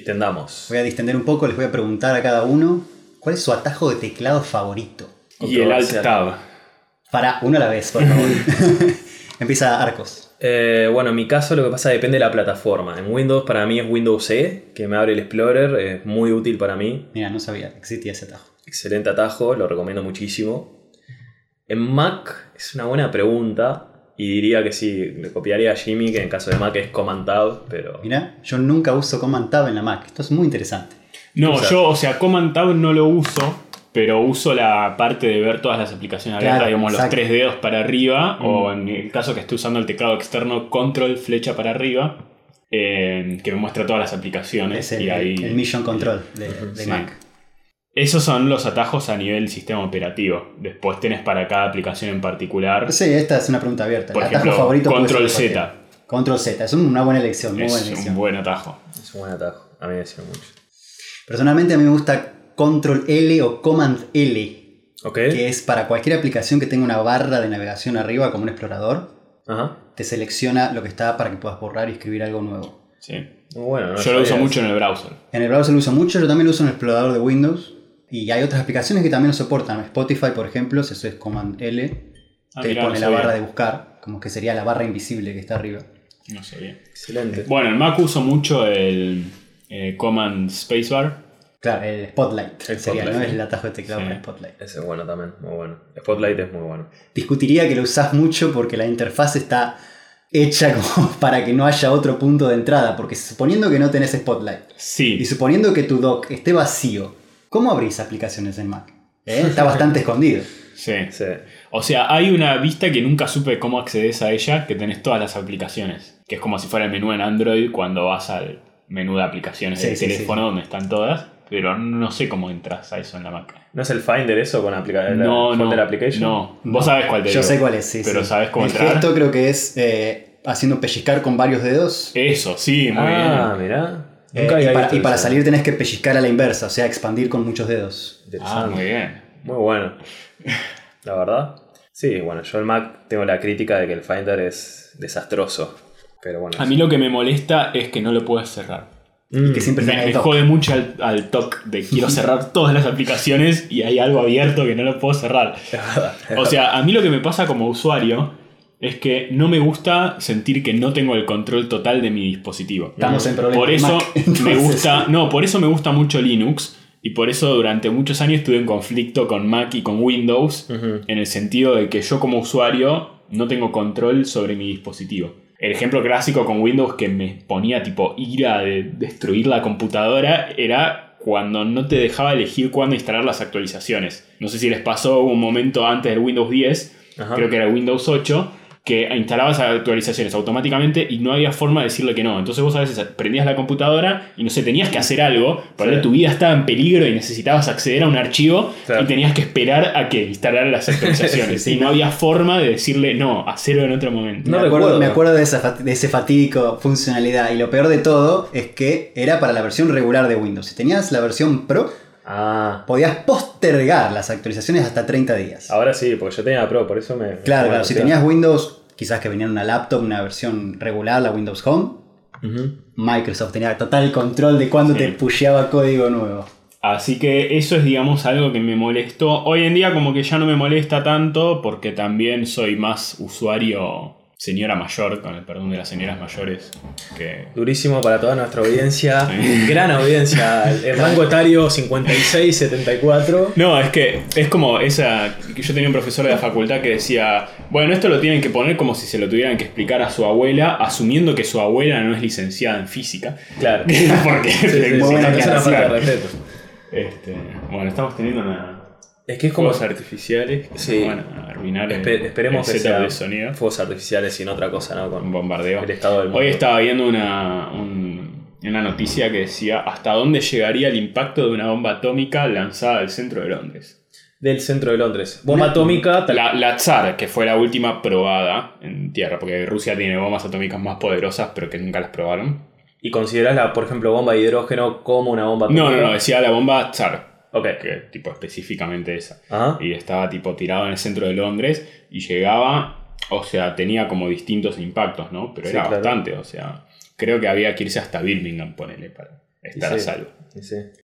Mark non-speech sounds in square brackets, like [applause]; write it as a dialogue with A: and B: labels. A: Distendamos.
B: Voy a distender un poco, les voy a preguntar a cada uno cuál es su atajo de teclado favorito.
C: Y el alt
A: Controversial.
C: tab.
B: Para uno a la vez, por
C: [laughs]
B: favor. [laughs] Empieza Arcos.
A: Eh, bueno, en mi caso lo que pasa depende de la plataforma. En Windows para mí es Windows E, que me abre el Explorer, es muy útil para mí.
B: Mira, no sabía que existía ese atajo.
A: Excelente atajo, lo recomiendo muchísimo. En Mac es una buena pregunta y diría que sí, le copiaría a Jimmy, que en caso de Mac es Command Tab, pero...
B: Mira, yo nunca uso Command Tab en la Mac. Esto es muy interesante.
C: No,
A: O sea-
C: yo, o sea, Command Tab no lo uso, pero uso la parte de ver todas las aplicaciones abiertas,
B: Claro,
C: digamos, los
B: exacto. Mm.
C: tres dedos para arriba, o en el caso que esté usando el teclado externo, control flecha para arriba, eh, que me muestra todas las aplicaciones.
B: Es el,
C: y ahí.
B: el Mission Control de, de
C: sí.
B: Mac.
C: Esos son los atajos a nivel sistema operativo. Después tenés para cada aplicación en particular.
B: Sí, esta es una pregunta abierta.
C: Por
B: el atajo
C: ejemplo,
B: favorito puede
C: Control
B: ser
C: Z.
B: cualquiera. Control Z, es una buena elección, muy buena
C: Es
B: elección.
C: un buen atajo.
A: Es un buen atajo, a mí me sirve mucho.
B: Personalmente a mí me gusta Control L o Command L,
A: ¿Ok?
B: que es para cualquier aplicación que tenga una barra de navegación arriba como un explorador,
A: Ajá.
B: te selecciona lo que está para que puedas borrar y escribir algo nuevo.
C: Sí.
A: Muy bueno. no
C: Yo lo
A: sabía
C: uso
A: eso.
C: mucho en el browser.
B: En el browser lo uso mucho, yo también lo uso en el explorador de Windows y hay otras aplicaciones que también lo soportan. Spotify, por ejemplo, si eso es Command L,
C: Ah,
B: te
C: mirá,
B: pone
C: no
B: la
C: sabía.
B: barra de buscar, como que sería la barra invisible que está arriba.
C: No sé bien.
A: Excelente.
C: Bueno, en Mac uso mucho el eh, Command Spacebar.
B: Claro, el Spotlight
A: El
B: sería,
A: Spotlight,
B: ¿no?
A: sí.
B: Es el atajo de teclado
C: Sí.
B: para Spotlight.
A: Ese es bueno también, muy bueno. Spotlight es muy bueno.
B: Discutiría que lo usás mucho porque la interfaz está hecha [laughs] como para que no haya otro punto de entrada, porque suponiendo que no tenés Spotlight
C: Sí.
B: y suponiendo que tu dock esté vacío, ¿cómo abrís aplicaciones en Mac? ¿Eh? Está bastante
C: [laughs]
B: escondido.
C: Sí.
A: Sí.
C: O sea, hay una vista que nunca supe cómo accedes a ella, que tenés todas las aplicaciones. Que es como si fuera el menú en Android cuando vas al menú de aplicaciones
B: Sí,
C: del
B: sí,
C: teléfono donde están todas. Pero no sé cómo entras a eso en la Mac.
A: ¿No es el Finder eso con aplicación?
C: no, no.
A: application?
C: No. Vos sabés cuál te
B: Yo
C: digo.
B: sé cuál es, sí.
C: Pero
B: sí.
C: sabés cómo
B: El
C: entrar.
B: gesto creo que es eh, haciendo pellizcar con varios dedos.
C: Eso, sí, muy
A: ah,
C: bien.
A: mirá.
B: Eh,
A: Eh, Nunca
B: y
A: había
B: para,
A: visto
B: y para
A: eso.
B: salir tenés que pellizcar a la inversa, o sea, expandir con muchos dedos.
C: Ah,
A: Interesante.
C: muy bien.
A: Muy
B: [laughs]
A: bueno. La verdad. Sí, bueno, yo el Mac tengo la crítica de que el Finder es desastroso. Pero bueno.
C: A mí lo que me molesta es que no lo puedes cerrar.
A: Mm,
B: Que siempre está en
C: Me,
B: el
C: me
B: dock.
C: jode mucho al, al toque de quiero cerrar todas las aplicaciones y hay algo abierto que no lo puedo cerrar. O sea, a mí lo que me pasa como usuario es que no me gusta sentir que no tengo el control total de mi dispositivo.
B: Estamos en problemas.
C: Por
B: de
C: eso
B: Mac, [laughs] entonces.
C: me gusta, no, por eso me gusta mucho Linux y por eso durante muchos años estuve en conflicto con Mac y con Windows
A: Ujú.
C: en el sentido de que yo como usuario no tengo control sobre mi dispositivo. El ejemplo clásico con Windows que me ponía tipo ira de destruir la computadora era cuando no te dejaba elegir cuándo instalar las actualizaciones. No sé si les pasó un momento antes del Windows 10,
A: Ajá.
C: creo que era Windows 8, que instalabas actualizaciones automáticamente y no había forma de decirle que no. Entonces vos a veces prendías la computadora y no sé, tenías que hacer algo, pero
A: Sí.
C: tu vida estaba en peligro y necesitabas acceder a un archivo
A: Claro.
C: y tenías que esperar a que instalaran
A: [laughs]
C: las actualizaciones.
B: Sí, sí,
C: y no había forma de decirle no, hacerlo en otro momento.
A: No
B: me, acuerdo,
A: recuerdo.
B: me acuerdo de, esa fat- de ese fatídico funcionalidad. Y lo peor de todo es que era para la versión regular de Windows. Si tenías la versión Pro,
A: Ah,
B: podías postergar las actualizaciones hasta 30 días.
A: ahora sí, porque yo tenía la Pro, por eso me.
B: claro,
A: me
B: claro. Si
A: gustó.
B: tenías Windows, quizás que venía en una laptop, una versión regular, la Windows Home,
A: Ujú.
B: Microsoft tenía total control de cuándo
C: Sí.
B: te pusheaba código nuevo.
C: Así que eso es, digamos, algo que me molestó. Hoy en día como que ya no me molesta tanto porque también soy más usuario señora mayor, con el perdón de las señoras mayores, que
A: Durísimo para toda nuestra
C: [laughs]
A: audiencia. Gran audiencia. El rango etario 56-74.
C: No, es que es como esa. que Yo tenía un profesor de la facultad que decía: Bueno, esto lo tienen que poner como si se lo tuvieran que explicar a su abuela, asumiendo que su abuela no es licenciada en física. [laughs]
A: Claro.
C: Porque
A: Sí, sí, sí,
C: porque
A: es
B: buena
C: no
A: una
C: claro,
A: falta de
C: claro.
A: respeto.
C: Este, bueno, estamos teniendo una.
A: Es que es como.
C: Fuegos artificiales que
A: Sí.
C: se van a arruinar. el-
A: Espe- esperemos
C: el
A: que
C: setup
A: sea
C: Eh, de sonido.
A: fuegos artificiales y no otra cosa, ¿no?
C: Un
A: Con
C: bombardeo.
A: el estado del mundo.
C: Hoy estaba viendo una, un- una noticia que decía: ¿Hasta dónde llegaría el impacto de una bomba atómica lanzada al centro de Londres?
A: Del centro de Londres. Bomba
B: Una-
A: atómica. tal-
C: La, la Tsar, que fue la última probada en tierra, porque Rusia tiene bombas atómicas más poderosas, pero que nunca las probaron.
A: ¿Y considerás, la, por ejemplo, bomba de hidrógeno como una bomba atómica?
C: No, no, no, decía la bomba Tsar,
A: Ok.
C: que tipo específicamente esa.
A: Ajá.
C: Y estaba tipo tirado en el centro de Londres y llegaba, o sea, tenía como distintos impactos, ¿no? Pero
A: Sí,
C: era
A: claro.
C: bastante, o sea, creo que había que irse hasta Birmingham, ponele, para estar a
A: sí.
C: salvo.
A: Sí, sí.